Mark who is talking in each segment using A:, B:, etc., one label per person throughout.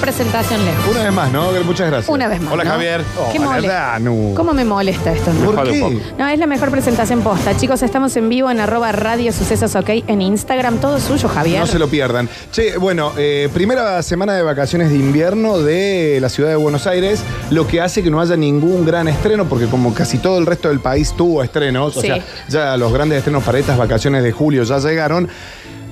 A: presentación lejos.
B: Una vez más, ¿no? Muchas gracias.
A: Una vez más.
B: Hola,
A: ¿no?
B: Javier.
A: Qué
B: Hola,
A: mole-
B: Danu.
A: ¿Cómo me molesta esto? no?
B: ¿Por
C: Bájale
B: qué?
C: un
A: No, es la mejor presentación posta. Chicos, estamos en vivo en arroba radio sucesos ok en Instagram. Todo suyo, Javier.
B: No se lo pierdan. Che, bueno, eh, primera semana de vacaciones de invierno de la ciudad de Buenos Aires, lo que hace que no haya ningún gran estreno, porque como casi todo el resto del país tuvo estrenos, o
A: Sí.
B: sea, ya los grandes estrenos para estas vacaciones de julio ya llegaron.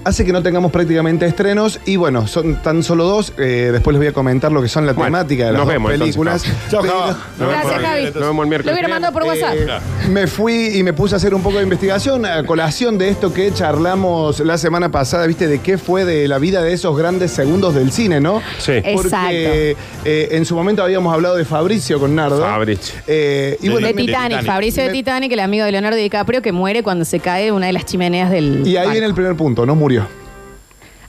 B: Hace que no tengamos prácticamente estrenos y bueno, son tan solo dos. eh, después les voy a comentar lo que son la
C: Bueno,
B: temática de las
C: nos
B: dos
C: vemos entonces,
B: películas.
C: Pablo. Chau,
B: Pero-
C: Java. Nos
A: Gracias,
C: vemos el-
A: Javi.
C: Nos vemos el
A: Lo
C: miércoles.
A: hubiera mandado por WhatsApp.
B: Eh, me fui y me puse a hacer un poco de investigación a colación de esto que charlamos la semana pasada, ¿viste? De qué fue de la vida de esos grandes segundos del cine, ¿no?
C: Sí.
B: Porque eh, en su momento habíamos hablado de Fabricio con Nardo.
C: Fabricio.
B: Eh, y
C: Sí.
B: bueno,
A: De
C: De
A: Titanic,
C: Titanic.
A: Fabricio de
B: Me-
A: Titanic, el amigo de Leonardo DiCaprio que muere cuando se cae de una de las chimeneas del.
B: y ahí
A: barco.
B: viene el primer punto, no murió.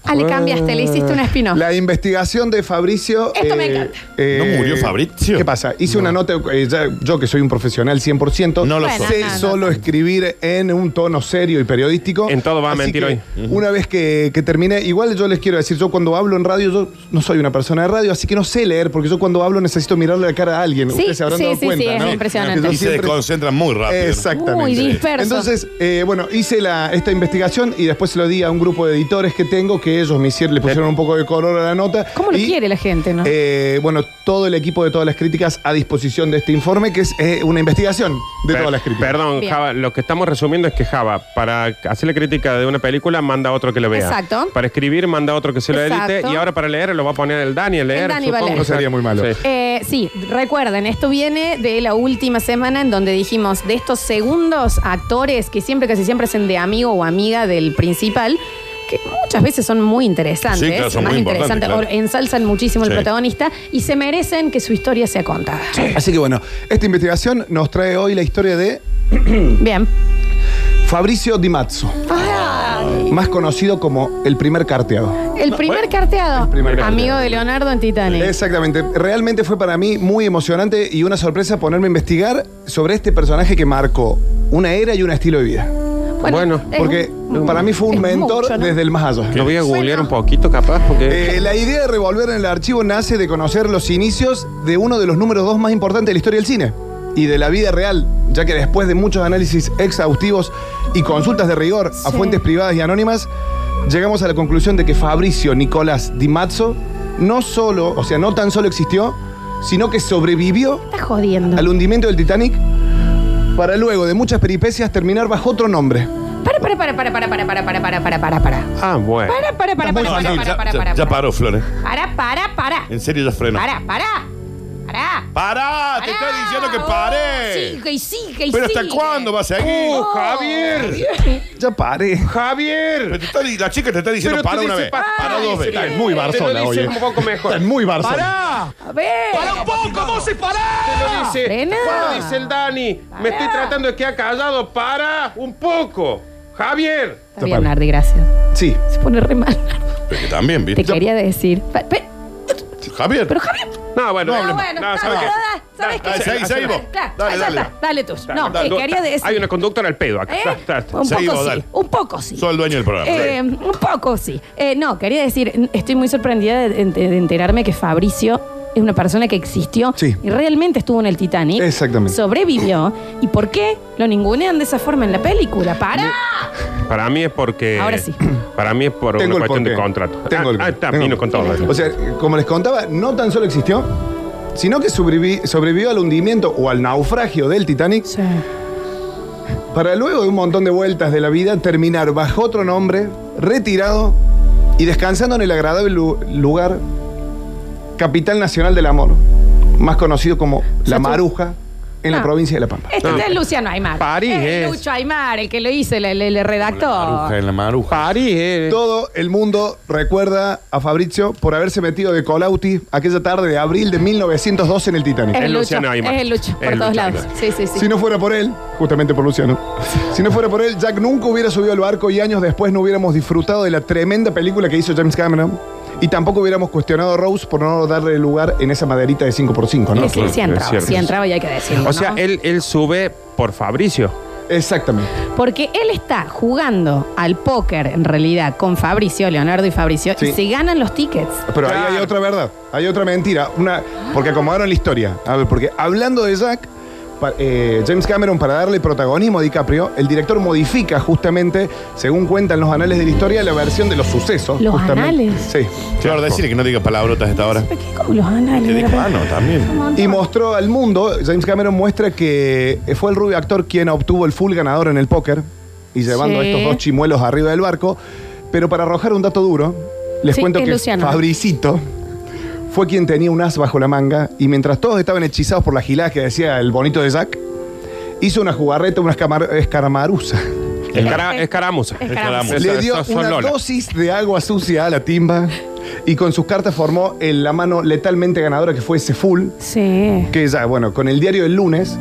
A: Ah, le cambiaste, le hiciste una spin-off.
B: La investigación de Fabricio. eh,
A: Esto me encanta.
C: ¿No murió Fabricio?
B: ¿Qué pasa? Hice una nota, eh, ya- yo que soy un profesional 100%,
C: No lo
A: Bueno,
B: sé
A: no, no,
B: solo
A: no.
B: escribir en un tono serio y periodístico.
C: En todo va a
B: Así
C: mentir
B: que,
C: hoy.
B: Una vez que, que termine, igual yo les quiero decir, yo cuando hablo en radio, yo no soy una persona de radio, así que no sé leer, porque yo cuando hablo necesito mirarle la cara a alguien.
A: Sí,
B: Ustedes se habrán
A: sí,
B: dado
A: sí,
B: cuenta,
A: sí, es
B: ¿no?
A: impresionante.
B: Que yo
D: Y se
B: siempre-
D: desconcentran muy rápido. ¿no?
B: Exactamente.
A: Muy disperso.
B: Entonces, eh, bueno, hice la, esta investigación y después se lo di a un grupo de editores que tengo, que ellos me hicieron, le pusieron un poco de color a la nota.
A: ¿Cómo lo
B: Y,
A: quiere la gente, no?
B: eh, bueno, todo el equipo de todas las críticas a disposición de este informe, que es eh, una investigación de
C: Per-
B: todas las críticas.
C: Perdón,
A: Bien.
C: Java, lo que estamos resumiendo es que Java, para hacer la crítica de una película, manda a otro que lo vea.
A: Exacto.
C: Para escribir, manda a otro que se lo
A: Exacto.
C: edite. Y ahora para leer lo va a poner el Dani a leer.
A: Dani va a
C: supongo.
A: leer.
B: No sería muy malo.
C: Sí.
A: Eh, sí, recuerden, esto viene de la última semana en donde dijimos de estos segundos actores que siempre, casi siempre hacen de amigo o amiga del principal, que muchas veces son muy interesantes,
D: Sí, claro, son
A: más
D: muy importantes,
A: interesantes,
D: claro.
A: o ensalzan muchísimo
D: Sí.
A: el protagonista y se merecen que su historia sea contada.
B: Así que bueno, esta investigación nos trae hoy la historia de
A: Bien.
B: Fabricio Di Mazzo, más conocido como el primer carteado.
A: El primer carteado,
B: primer
A: amigo
B: carteado.
A: de Leonardo en Titanic.
B: Exactamente,
A: Ah.
B: realmente fue para mí muy emocionante y una sorpresa ponerme a investigar sobre este personaje que marcó una era y un estilo de vida.
C: Bueno,
A: es
B: Porque
A: un-
B: para mí fue un
A: es
B: mentor
A: mucho, ¿no?
B: desde el más allá.
C: Lo voy a googlear un poquito, capaz, porque.
B: Eh, la idea de revolver en el archivo nace de conocer los inicios de uno de los números dos más importantes de la historia del cine y de la vida real, ya que después de muchos análisis exhaustivos y consultas de rigor a
A: Sí.
B: fuentes privadas y anónimas, llegamos a la conclusión de que Fabricio Nicolás Di Mazzo no solo, o sea, no tan solo existió, sino que sobrevivió
A: Está jodiendo.
B: al hundimiento del Titanic para luego de muchas peripecias terminar bajo otro nombre.
A: Para, para, para, para, para, para, para, para, para, para, para, para.
C: ah, bueno.
A: Para, para, para,
D: No,
A: para,
D: no,
A: para,
D: no,
A: para,
D: ya,
A: para,
D: ya-
A: para,
D: ya
A: para.
D: paró, Flores.
A: Para, para, para.
D: En serio ya frenó.
A: Para, para. Para.
D: ¡Pará! ¡Te
A: Pará.
D: estoy diciendo que
A: Oh,
D: paré!
A: Sigue y sigue y
D: ¿Pero hasta
A: sigue. Oh,
D: cuándo va a seguir?
C: ¡Uh, Javier!
B: Ya paré.
C: ¡Javier!
D: Pero te está di- la chica te está diciendo
C: Pero
D: para
C: te
D: una
C: dice
D: vez.
C: pa-
D: Para dos
C: Está
D: veces.
B: muy
C: Te
B: Barzola
C: lo
B: hoy.
C: dice
B: eh.
C: un poco mejor.
B: Está muy Barzola.
C: ¡Pará!
A: A ver.
C: ¡Para un poco, vos se pará!
A: Ah,
C: Te lo dice.
A: Frena.
C: ¿Cuándo dice el Dani? Me estoy tratando de quedar callado. ¡Para un poco! ¡Javier!
A: Está bien, Nardi, gracias.
B: Sí.
A: Se pone re mal.
D: Pero que también,
A: Te
D: ¿viste?
A: quería decir. Pa- pe-
D: Javier.
A: Pero Javier.
C: No, bueno.
A: No, bueno,
C: no,
A: está
C: ¿sabes
A: bien,
C: qué?
A: da- ¿sabes
D: dale,
A: qué?
D: seguí,
A: Claro,
D: seguí vos.
A: claro,
D: dale,
A: ya
D: dale.
A: está, Dale tú.
C: Está,
A: No,
C: está,
A: te
C: está.
A: quería decir.
C: Hay una conductora al pedo acá.
A: ¿Eh?
C: Está, está, está.
A: Un
D: Seguí
A: poco
D: vos,
A: sí,
D: dale.
A: un poco sí.
D: Soy el dueño del programa.
A: Eh, un poco sí. Eh, no, quería decir, n- estoy muy sorprendida de, de- de enterarme que Fabricio es una persona que existió
B: Sí.
A: y realmente estuvo en el Titanic.
B: Exactamente.
A: Sobrevivió. ¿Y por qué lo ningunean de esa forma en la película? ¡Para!
C: Para mí es porque.
A: Ahora sí.
C: Para mí es por
B: Tengo
C: una
B: el
C: cuestión de
B: porqué.
C: contrato.
B: Tengo
C: ah,
B: el-
C: ah, está,
B: tengo-
C: vino con todo.
B: O sea, como les contaba, no tan solo existió, sino que sobrevi- sobrevivió al hundimiento o al naufragio del Titanic
A: Sí.
B: para luego de un montón de vueltas de la vida terminar bajo otro nombre, retirado y descansando en el agradable lu- lugar Capital Nacional del Amor, más conocido como La
A: Sacho.
B: Maruja en
A: Ah.
B: la provincia de La Pampa.
A: Este
C: No.
A: es Luciano Aymar.
C: París
A: Eh,
C: es.
A: Lucho Aymar, el que lo hizo, le, le- le redactó.
D: en la maruja.
C: París, eh.
B: Todo el mundo recuerda a Fabrizio por haberse metido de Colauti aquella tarde de abril de 1912 en el Titanic.
A: Es
C: Es
A: el Lucho.
C: Luciano Aymar.
A: Es el Lucho, por
C: Es
A: todos
C: Lucho
A: lados.
C: Aymar.
A: Sí, sí, sí.
B: Si no fuera por él, justamente por Luciano, si no fuera por él, Jack nunca hubiera subido al barco y años después no hubiéramos disfrutado de la tremenda película que hizo James Cameron y tampoco hubiéramos cuestionado a Rose por no darle lugar en esa maderita de 5x5, ¿no?
A: Y sí, sí
C: claro, es
A: entraba,
C: cierto.
A: sí entraba y hay que decirlo.
C: O eh, sea,
A: ¿no?
C: él, él sube por Fabricio.
B: Exactamente.
A: Porque él está jugando al póker, en realidad, con Fabricio, Leonardo y Fabricio, y
B: Sí.
A: se ganan los tickets.
B: Pero ahí
C: Claro.
B: hay otra verdad, hay otra mentira, una porque acomodaron la historia. A ver, porque hablando de Jack, pa- eh, James Cameron para darle protagonismo a DiCaprio, el director modifica justamente, según cuentan los anales de la historia, la versión de los sucesos.
A: ¿Los
B: justamente.
A: anales?
B: Sí.
D: Flor, decirle que no diga palabrotas a esta hora.
A: ¿Por qué con los anales?
D: Te dijo,
A: ¿verdad?
D: ah, no, también.
B: Y mostró al mundo, James Cameron muestra que fue el rubio actor quien obtuvo el full ganador en el póker y llevando
A: Sí.
B: estos dos chimuelos arriba del barco. Pero para arrojar un dato duro, les
A: Sí,
B: cuento
A: es
B: que
A: Luciano.
B: Fabricito fue quien tenía un as bajo la manga y mientras todos estaban hechizados por la gilada que decía el bonito de Jack, hizo una jugarreta, una escamar- escaramaruza.
C: Escara- escaramuza.
A: Escaramuza.
C: Esas
B: Le dio
C: son
B: una
C: Lola.
B: dosis de agua sucia a la timba y con sus cartas formó en la mano letalmente ganadora que fue ese full,
A: Sí. ¿eh?
B: que ya, bueno, con el diario del lunes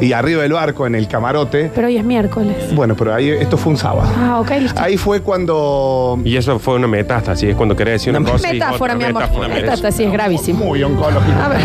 B: y arriba del barco en el camarote.
A: Pero hoy es miércoles.
B: Bueno, pero ahí esto fue un sábado.
A: Ah, ok, listo.
B: Ahí fue cuando
C: Y eso fue una metástasis, es cuando querés decir una,
B: Una
C: cosa. y
A: metáfora,
C: otra
A: mi amor.
C: metáfora.
A: Metáfora, sí, es gravísimo.
B: muy oncológico.
A: A ver.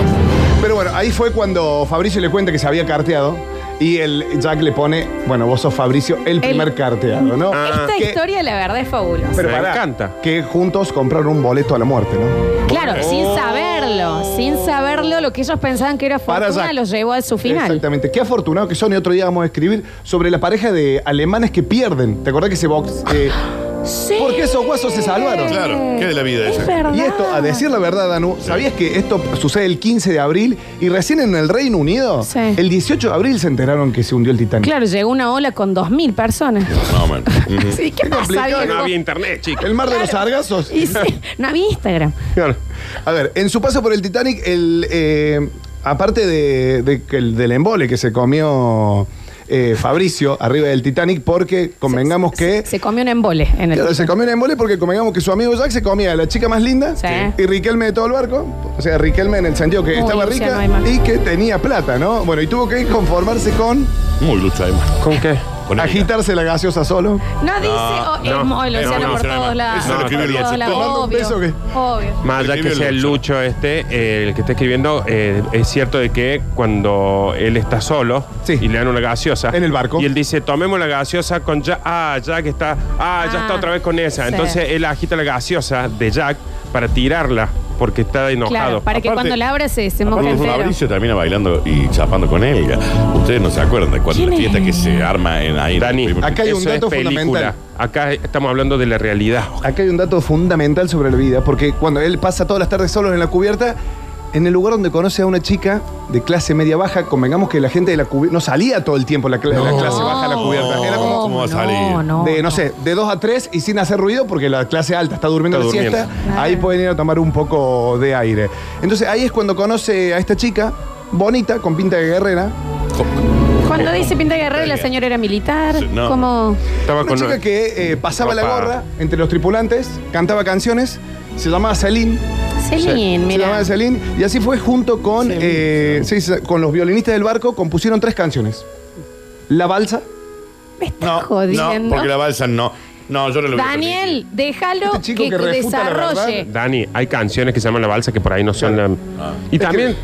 B: Pero bueno, ahí fue cuando Fabricio le cuenta que se había carteado y el Jack le pone, bueno, vos sos Fabricio, el primer carteado, ¿no? Ah.
A: Esta
B: Que-
A: historia, la verdad, es fabulosa.
B: pero
C: Me
B: pará,
C: encanta.
B: Que juntos compraron un boleto a la muerte, ¿no?
A: Claro,
C: Oh.
A: sin saberlo, sin saberlo, lo que ellos pensaban que era
B: Para
A: fortuna
B: Jack.
A: los llevó a su final.
B: Exactamente. Qué afortunado que Sony otro día vamos a escribir sobre la pareja de alemanes que pierden. ¿Te acordás que se box? eh,
A: Sí.
B: Porque esos guasos se salvaron.
D: Claro, ¿qué de la vida
A: es
D: esa?
A: verdad.
B: Y esto, a decir la verdad, Danu, ¿sabías que esto sucede el 15 de abril y recién en el Reino Unido?
A: Sí.
B: El 18 de abril se enteraron que se hundió el Titanic.
A: Claro, llegó una ola con 2.000 personas.
D: No, man. Ujú.
A: Sí, ¿qué pasa,
B: complicado,
A: viejo?
C: No había internet, chicos.
B: El mar de los sargazos.
A: Y sí, no había Instagram.
B: Claro. A ver, en su paso por el Titanic, el, eh, aparte de, de que el- del embole que se comió eh, Fabricio arriba del Titanic, porque convengamos que...
A: Se, se comió un embole en el.
B: Claro, se comió un embole porque convengamos que su amigo Jack se comía a la chica más linda
A: Sí.
B: y Riquelme de todo el barco. O sea, Riquelme en el sentido que
A: Uy,
B: estaba
A: Luciano
B: rica
A: Ayman.
B: y que tenía plata, ¿no? Bueno, y tuvo que conformarse con
D: mm, Muy lucha, además.
C: ¿Con qué?
D: Con ella.
B: agitarse la gaseosa solo.
A: No dice oh,
C: no,
A: embole,
D: no,
A: o sea,
D: no,
A: no, por
D: no, no,
A: todos
D: no.
A: lados.
D: Eso
C: lo escribe
A: por
C: Lucho.
A: todos lados,
B: Tomando un
A: obvio,
B: beso que-
A: obvio.
C: Más allá que sea el Lucho este, eh, el que está escribiendo, eh, es cierto de que cuando él está solo
B: Sí.
C: y le dan una gaseosa.
B: En el barco.
C: Y él dice, tomemos la gaseosa con Jack. Ah, Jack está. Ah, ya
A: Ah,
C: está otra vez con esa.
A: sí.
C: Entonces él agita la gaseosa de Jack para tirarla porque está enojado.
A: Claro, para que
D: Aparte-
A: cuando la abra se, se moje
D: Aparte,
A: entero.
D: Fabricio termina bailando y chapando con Elga. Ustedes no se acuerdan de cuando
A: ¿Quién
D: la fiesta
A: es?
D: que se arma en ahí. en el
C: Dani,
D: primer-
B: Acá hay un
C: eso es
B: dato fundamental.
C: película. Acá estamos hablando de la realidad.
B: Acá hay un dato fundamental sobre la vida, porque cuando él pasa todas las tardes solo en la cubierta, en el lugar donde conoce a una chica de clase media baja, convengamos que la gente de la cubierta no salía todo el tiempo la, cla- la clase baja a la cubierta. Era como
D: ¿Cómo va a
A: No,
D: salir?
A: no.
B: de, no sé, de 2 a 3 y sin hacer ruido porque la clase alta está durmiendo
C: Está
B: la
C: durmiendo.
B: siesta. Ahí pueden ir a tomar un poco de aire. Entonces ahí es cuando conoce a esta chica, bonita, con pinta de guerrera.
A: Cuando dice Pinta Guerrero, la señora era militar.
D: Sí, no.
A: Como.
C: Estaba
B: Una
C: con
B: chica que eh, pasaba la
C: ropa.
B: gorra entre los tripulantes, cantaba canciones, se llamaba Celine.
A: Celine,
B: Se
A: mira.
B: llamaba Celine. Y así fue junto con, eh, sí, se- con los violinistas del barco, compusieron tres canciones. La balsa.
A: Me está
D: No,
A: jodiendo.
D: no, porque la balsa no. No, yo no lo voy a
A: Daniel, déjalo
B: Este chico
A: que,
B: que refuta la
A: desarrolle.
B: verdad.
C: Dani, hay canciones que se llaman La Balsa que por ahí no son la... Y también,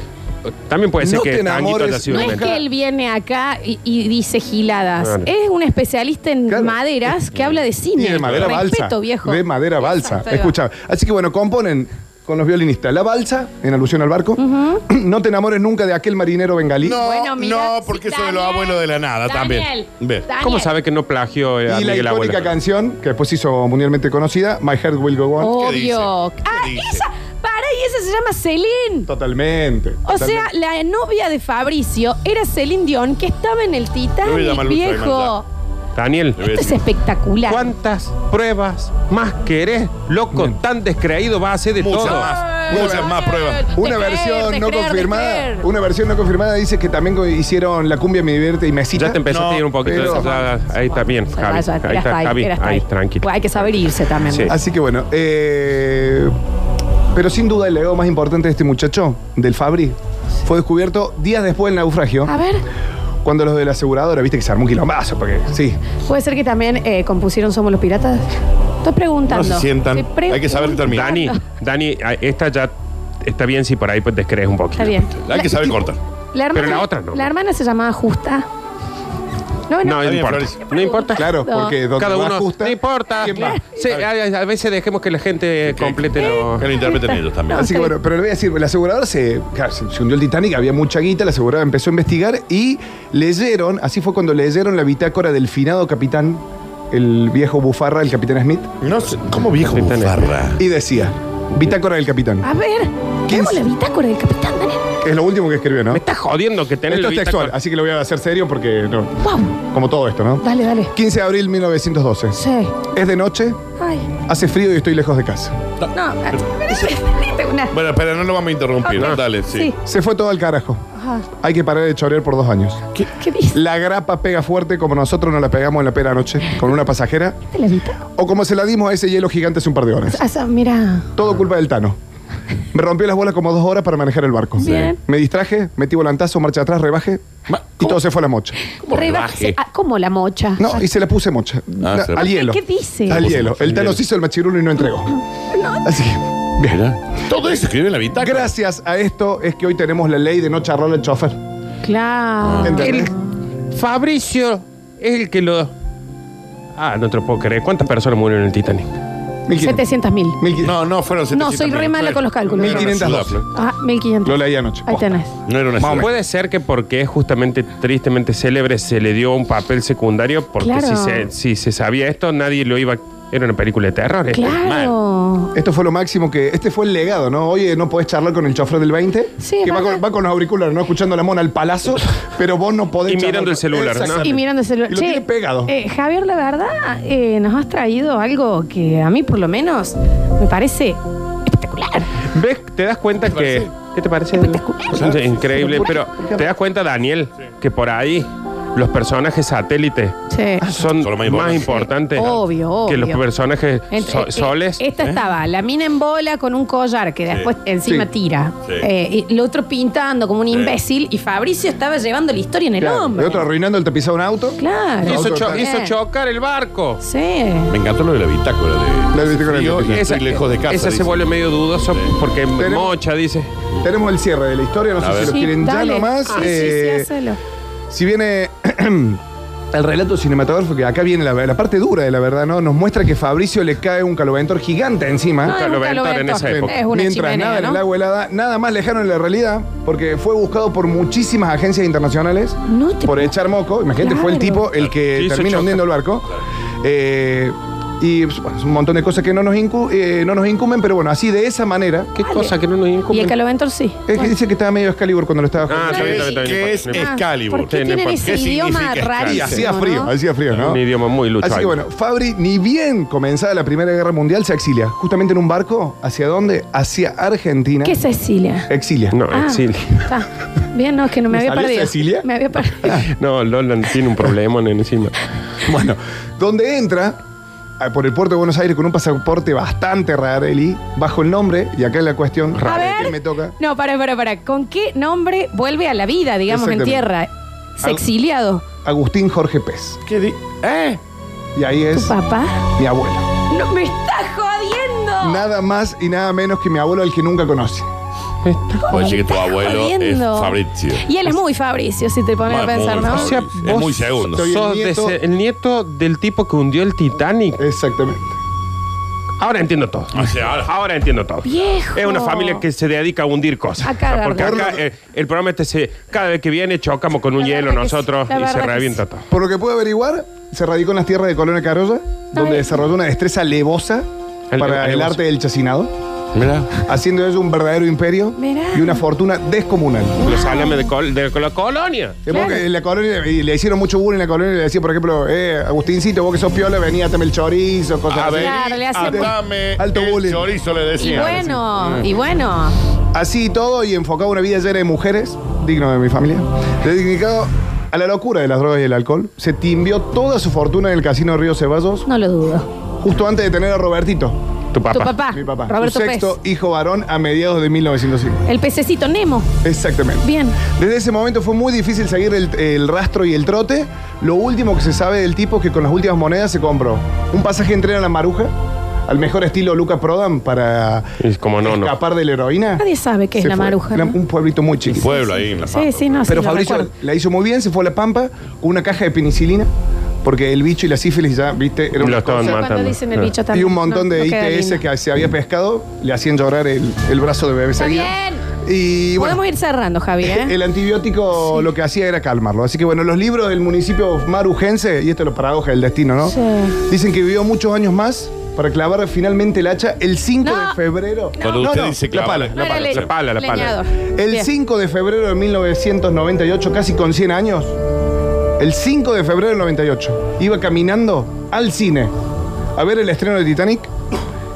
C: también puede ser
B: No
C: que
B: te
C: Tanguito haya
B: enamores
C: sido
A: No
C: una
A: es
B: nunca.
C: mentira.
A: que él viene acá y, y dice giladas.
C: Claro.
A: Es un especialista en
B: Claro.
A: maderas que habla de cine.
B: Y de madera
A: Respeto,
B: balsa.
A: viejo.
B: De madera balsa.
A: Exacto, ahí va.
B: Escucha. Así que bueno, componen con los violinistas La balsa, en alusión al barco. No te enamores nunca de aquel marinero bengalí.
D: No, no, porque
A: sí,
D: eso de los
A: Daniel,
D: abuelos de la nada
A: Daniel,
D: también. Ve.
A: Daniel.
C: ¿Cómo sabe que no plagió a
B: Y la
C: Miguel
B: icónica
C: Abuelo?
B: canción, que después se hizo mundialmente conocida, My Heart Will Go On.
A: Oh.
D: ¿Qué dice?
A: Obvio.
D: ¿Qué
A: Ah,
D: dice?
A: esa. Para, y esa se llama Celine.
B: Totalmente.
A: O sea,
B: totalmente.
A: la novia de Fabricio era Celine Dion, que estaba en el
D: voy a
A: Titanic,
D: llamar Lucho
A: viejo.
C: Daniel,
D: Le voy a
A: Esto es
D: decir.
A: espectacular.
C: ¿cuántas pruebas más querés? Loco, tan descreído va a ser de
D: Muchas
C: todo.
D: más. Muchas más pruebas.
B: Una
A: De
B: versión
A: creer, de
B: no
A: creer, de
B: confirmada.
A: creer.
B: Una versión no confirmada dice que también co- hicieron La cumbia me divierte y me cita.
C: Ya te empezaste a ir un poquito.
B: pero-
C: ya- ahí está bien,
A: Ya,
C: Javi.
A: ya,
C: Ahí
A: era hasta
C: está, Javi.
A: era hasta
C: Ahí, tranquilo.
A: Pues Hay que saber irse también.
C: Sí.
A: ¿no?
B: Así que bueno, eh, pero sin duda el legado más importante de este muchacho, del Fabri, fue descubierto días después del naufragio,
A: A ver,
B: cuando los de la aseguradora, viste que se armó un quilombazo, porque sí.
A: puede ser que también eh, compusieron Somos los Piratas. Estoy preguntando.
D: No se sientan.
A: Estoy pre-
D: Hay que saber que termina.
C: Dani, Dani, a- esta ya está bien si por ahí pues, descrees un poquito.
A: Está bien.
D: Hay que saber cortar.
A: La hermana,
C: Pero la otra no.
A: La hermana se llamaba Justa. No, no.
C: No,
D: Está bien,
C: importa.
D: Florencia.
C: No importa.
B: Claro,
A: No.
B: porque donde
C: Cada
B: más
C: uno.
B: justa,
C: no importa.
B: ¿quién va?
C: Sí, a, a veces dejemos que la gente complete lo.
D: Que lo interpreten ellos también.
B: Así que bueno, pero le voy a decir, la aseguradora se, claro, se, se hundió el Titanic, había mucha guita, la aseguradora empezó a investigar y leyeron, así fue cuando leyeron la bitácora del finado capitán, el viejo bufarra, el capitán Smith,
D: No sé, ¿cómo viejo
C: Capitán.
D: bufarra?
B: y decía, bitácora del capitán.
A: A ver,
B: ¿Quién
A: tengo
B: es?
A: la bitácora del capitán Daniel.
B: Es lo último que escribió, ¿no?
C: Me estás jodiendo que tenés
B: Esto
C: el
B: es textual,
C: bitácora.
B: así que lo voy a hacer serio porque, no,
A: Wow.
B: como todo esto, ¿no?
A: Dale, dale.
B: 15 de abril de 1912.
A: Sí.
B: Es de noche,
A: Ay.
B: hace frío y estoy lejos de casa.
A: No, pero una.
D: Bueno, espera, no lo vamos a interrumpir.
A: Ok.
D: Dale, sí.
B: Se fue todo al carajo.
A: Ajá.
B: Hay que parar de chorear por dos años.
A: ¿Qué dice
B: La grapa pega fuerte como nosotros nos la pegamos en la pera anoche con una pasajera.
A: la bitácora?
B: O como se la dimos a ese hielo gigante hace un par de horas.
A: Ah, mira.
B: Todo culpa del Tano. Me rompió las bolas como dos horas para manejar el barco.
A: Bien.
B: Me distraje, metí volantazo, marcha atrás, rebaje
D: Ma-
B: y todo se fue a la mocha.
A: Rebaje. Ah, ¿Cómo la mocha?
B: No, y se la puse mocha.
D: Ah,
B: Na-
D: se-
B: al
D: ¿Qué-
B: hielo.
A: ¿Qué dice?
B: Al
D: puse
B: hielo.
D: mocha,
B: El
D: al
B: Tano
D: hielo.
B: se hizo el machirulo y no entregó. Así que, bien.
D: Mirá. Todo eso escribió en la bitácora.
B: Gracias a esto es que hoy tenemos la ley de no charlar al chofer.
A: Claro.
B: ¿Entendés?
C: El- Fabricio es el que lo. Ah, no te lo puedo creer. ¿Cuántas personas murieron en el Titanic?
B: 1500.
A: 700 mil.
B: 1500.
D: No, no, fueron
A: No,
D: 700
A: soy re
D: mil.
A: mala con los cálculos.
D: No era una ciudad, Flor.
A: Ah,
B: Lo
A: 1500.
B: leí anoche.
A: Ahí tenés.
D: No era una
B: Vamos.
D: ciudad.
C: Puede ser que porque es justamente tristemente célebre se le dio un papel secundario, porque
A: Claro.
C: si, se, si se sabía esto, nadie lo iba. Era una película de terror.
B: Este,
C: esto.
A: Claro.
B: Esto fue lo máximo que. Este fue el legado, ¿no? Oye, no podés charlar con el chofer del 20.
A: Sí,
B: que va
A: va-
B: con, va con los auriculares, ¿no? Escuchando a la mona al palazo, pero vos no podés.
C: Y mirando el celular, ¿no?
B: Exactamente.
A: Y mirando el celular.
B: Y lo tiene pegado.
A: eh, Javier, la verdad, eh, nos has traído algo que a mí, por lo menos, me parece espectacular.
C: ¿Ves? ¿Te das cuenta que.? ¿Qué te parece? Sí, Increíble, pero ¿te das cuenta, Daniel, que por ahí los personajes satélites
A: Sí.
B: Ah,
C: son
D: Son los más
C: más, importantes
D: importantes.
A: Sí, obvio,
C: que los
A: obvio.
C: personajes
A: Ent-
C: so-
A: eh,
C: soles?
A: Esta estaba, la mina en bola con un collar que después encima
B: Sí.
A: tira.
D: Sí.
A: Eh, y el otro pintando como un imbécil y Fabricio estaba llevando la historia en el
B: Claro.
A: hombro.
B: Y otro arruinando el tapizado de un auto.
A: Claro.
C: hizo, cho-
B: Bien.
A: Eh.
C: hizo chocar el barco.
A: Sí.
D: Me encantó lo de la bitácora. De...
B: La bitácora de la
D: Yo-
B: bitácora.
D: y estoy lejos de casa.
C: esa se
D: dice.
C: vuelve medio dudoso porque Mocha dice.
B: Tenemos el cierre de la historia, no
D: A
B: sé si
D: ver.
B: lo
A: Sí,
B: quieren ya
A: dale.
B: nomás.
A: Sí, sí,
B: eh,
A: sí, hacelo.
B: Si viene el relato cinematográfico, que acá viene la, la parte dura de la verdad, ¿no? Nos muestra que Fabricio le cae un caloventor gigante encima.
A: Ah, es un
C: Caloventor en esa
A: caloventor.
C: época.
A: Es una
B: Mientras
A: chimenea,
B: nada en
A: ¿no?
B: el agua helada, nada más lejano en la realidad, porque fue buscado por muchísimas agencias internacionales
A: No te
B: por
A: puedo-
B: echar moco. Imagínate, fue el
A: Claro.
B: tipo el que
C: Quiso
B: termina
C: chocar.
B: hundiendo el barco. Eh, y bueno, es un montón de cosas que no nos, incu- eh, no nos incumben, pero bueno, así de esa manera.
C: ¿Qué cosa que no nos
A: Ah, Y el
C: incumbe?
A: caloventor sí.
B: Es que dice que estaba medio Excalibur cuando lo estaba
C: Ah,
B: jugando.
C: está bien, está bien, está bien,
D: ¿Qué es
C: no importa.
A: Ah,
D: Excalibur?
A: ¿Por qué
C: Sí, no
A: tienen
C: importa.
A: ese
D: ¿Qué
A: idioma
D: significa
A: rarísimo?
B: y hacía
A: ¿no?
B: frío, hacía frío, ¿no?
C: Un idioma muy luchado.
B: Así que bueno, Fabri, ni bien comenzada la Primera Guerra Mundial, se exilia. Justamente en un barco, ¿hacia dónde? Hacia Argentina.
A: ¿Qué es Cecilia?
B: Exilia.
C: No,
A: Ah,
C: exilio.
A: está. Bien, no, es que no me había
B: ¿Salió
A: perdido.
B: Cecilia? Ah.
A: Me había perdido.
C: No, Lolan tiene un problema encima.
B: Bueno, donde entra ah, por el puerto de Buenos Aires con un pasaporte bastante rareli, bajo el nombre, y acá es la cuestión,
A: A ver.
B: que me toca.
A: No, para, para, para. ¿Con qué nombre vuelve a la vida, digamos, en
B: Exactamente.
A: tierra? Se exiliado.
B: Agustín Jorge Pez.
D: ¿Qué di- ¿Eh?
B: Y ahí
A: ¿Tu
B: es
A: papá?
B: mi abuelo.
A: ¡No me estás jodiendo!
B: Nada más y nada menos que mi abuelo al que nunca conoce.
D: Oye, que tu abuelo
A: jodiendo.
D: es Fabrizio.
A: Y él es muy Fabricio, si te pones a
D: Muy,
A: pensar,
D: muy
A: ¿no?
D: Fabricio. Es muy segundo.
B: Soy el
C: Sos de
B: nieto-
C: ese- el nieto del tipo que hundió el Titanic.
B: Exactamente.
C: Ahora entiendo todo.
D: O sea, ahora-
C: Ahora entiendo todo.
A: Viejo.
C: Es una familia que se dedica a hundir cosas.
A: A cagar.
C: porque acá
B: Por lo-
C: eh, el, programa este se. Cada vez que viene chocamos con un
A: La
C: hielo
A: verdad que sí,
C: nosotros
A: la
C: y se
A: verdad que
C: revienta
A: sí.
C: todo.
B: Por lo que pude averiguar, se radicó en las tierras de Colonia Carolla, donde
A: bien.
B: desarrolló una destreza levosa
C: El-
B: para el,
C: alevosa.
B: arte del chacinado,
D: Mirá.
B: haciendo de ello un verdadero imperio
A: Mirá.
B: y una fortuna descomunal.
C: Los salames de, col- de la colonia.
B: Eh, vos
A: Claro.
B: que en la colonia y le hicieron mucho bullying en la colonia y le decía, por ejemplo, eh, Agustincito, vos que sos piola, vení, atame el chorizo, cosas
D: A
B: así.
D: ver,
A: Claro, le hacía-
D: atame
B: Alto
D: el
B: bullying.
D: chorizo, le
A: Y
D: decía.
A: bueno, y bueno.
B: Así y todo, y enfocaba una vida llena de mujeres, digno de mi familia, dedicado a la locura de las drogas y el alcohol. Se timbió toda su fortuna en el casino Río Ceballos,
A: No lo dudo.
B: justo antes de tener a Robertito,
C: Tu
A: Tu
C: papá.
A: papá,
B: mi papá.
A: Ah, Roberto
B: su sexto
A: Pez.
B: hijo varón a mediados de 1905.
A: El pececito Nemo.
B: Exactamente.
A: Bien.
B: Desde ese momento fue muy difícil seguir el, el rastro y el trote. Lo último que se sabe del tipo es que con las últimas monedas se compró un pasaje en tren a la Maruja, al mejor estilo Luca Prodan para
C: Es como no, no.
B: escapar de la heroína.
A: Nadie sabe qué es
B: Se
A: la
B: fue.
A: maruja.
B: Era
A: ¿no?
B: Un pueblito muy
D: Un
B: chiquito.
D: pueblo ahí en la
A: Sí, sí, no, sí,
B: Pero
A: lo
B: Fabricio
A: recuerdo.
B: la hizo muy bien, se fue a La Pampa con una caja de penicilina, porque el bicho y la sífilis ya, viste, era
C: Lo
B: una
C: estaban
B: cosa.
A: Pero cuando
C: matando.
A: dicen el bicho
B: Ah. Y
A: también.
B: un montón
A: no,
B: de
A: no queda
B: ITS
A: lindo.
B: que se había pescado le hacían llorar el, el brazo de bebé
A: Está
B: seguido.
A: bien.
B: Y bueno,
A: Podemos ir cerrando, ¿eh? Javier.
B: el antibiótico lo que hacía era calmarlo. Así que bueno, los libros del municipio marujense, y esto es la paradoja del destino, ¿no?
A: Sí.
B: Dicen que vivió muchos años más para clavar finalmente el hacha el 5
A: No.
B: de febrero.
D: Cuando usted dice
B: la
D: clavar.
B: pala.
A: No
C: la
A: era
C: pala,
A: le-
C: la pala, la pala.
A: leñador.
B: El
A: Bien.
B: 5 de febrero de 1998, casi con 100 años, el 5 de febrero del 98, iba caminando al cine a ver el estreno de Titanic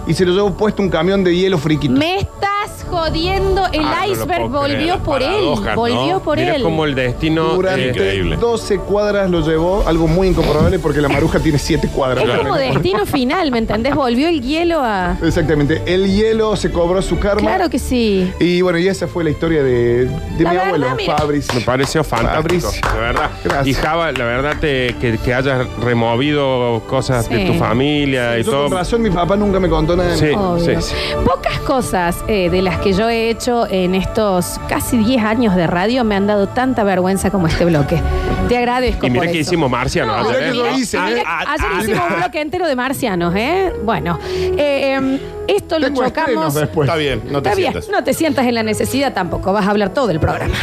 B: y se lo llevó puesto un camión de hielo friquito.
A: Me estás jodiendo. El
D: Ah, no lo
A: iceberg
D: puedo creer,
A: volvió
D: las
A: por
D: paradojas,
A: él. Volvió
D: ¿no?
A: por
C: Mira
A: él.
C: cómo el destino.
B: Durante
C: eh,
D: Increíble.
B: 12 cuadras lo llevó, algo muy incomprobable porque la maruja tiene 7 cuadras.
A: Es como destino final, ¿me entendés? Volvió el hielo a.
B: Exactamente, el hielo se cobró su karma.
A: Claro que sí.
B: Y bueno, y esa fue la historia de, de mi
A: La verdad,
B: abuelo,
A: mira.
B: Fabricio.
C: me pareció fantástico,
B: Fabricio.
C: la verdad.
B: Gracias.
C: Y Java, la verdad te- que, que hayas removido cosas
A: Sí.
C: de tu familia y
B: Yo
C: todo.
B: con razón, mi papá nunca me contó nada. de
C: Sí.
A: Obvio.
C: sí.
A: Pocas cosas eh, de las que yo he hecho en estos casi 10 años de radio me han dado tanta vergüenza como este bloque. Te agradezco.
C: Y mira
A: por
C: que
A: eso.
C: hicimos Marciano.
A: No,
B: mirá
C: ayer,
B: que
C: ¿eh?
B: yo hice,
C: Ah,
A: Ayer,
B: ¿eh?
C: ah,
A: ayer
C: ah,
A: hicimos un bloque entero de marcianos, ¿eh? Bueno, eh, em, esto lo
B: Tengo estrenos
A: chocamos.
B: después.
D: Está bien, no te
A: Está bien,
D: sientas.
A: no te sientas en la necesidad tampoco, vas a hablar todo el programa.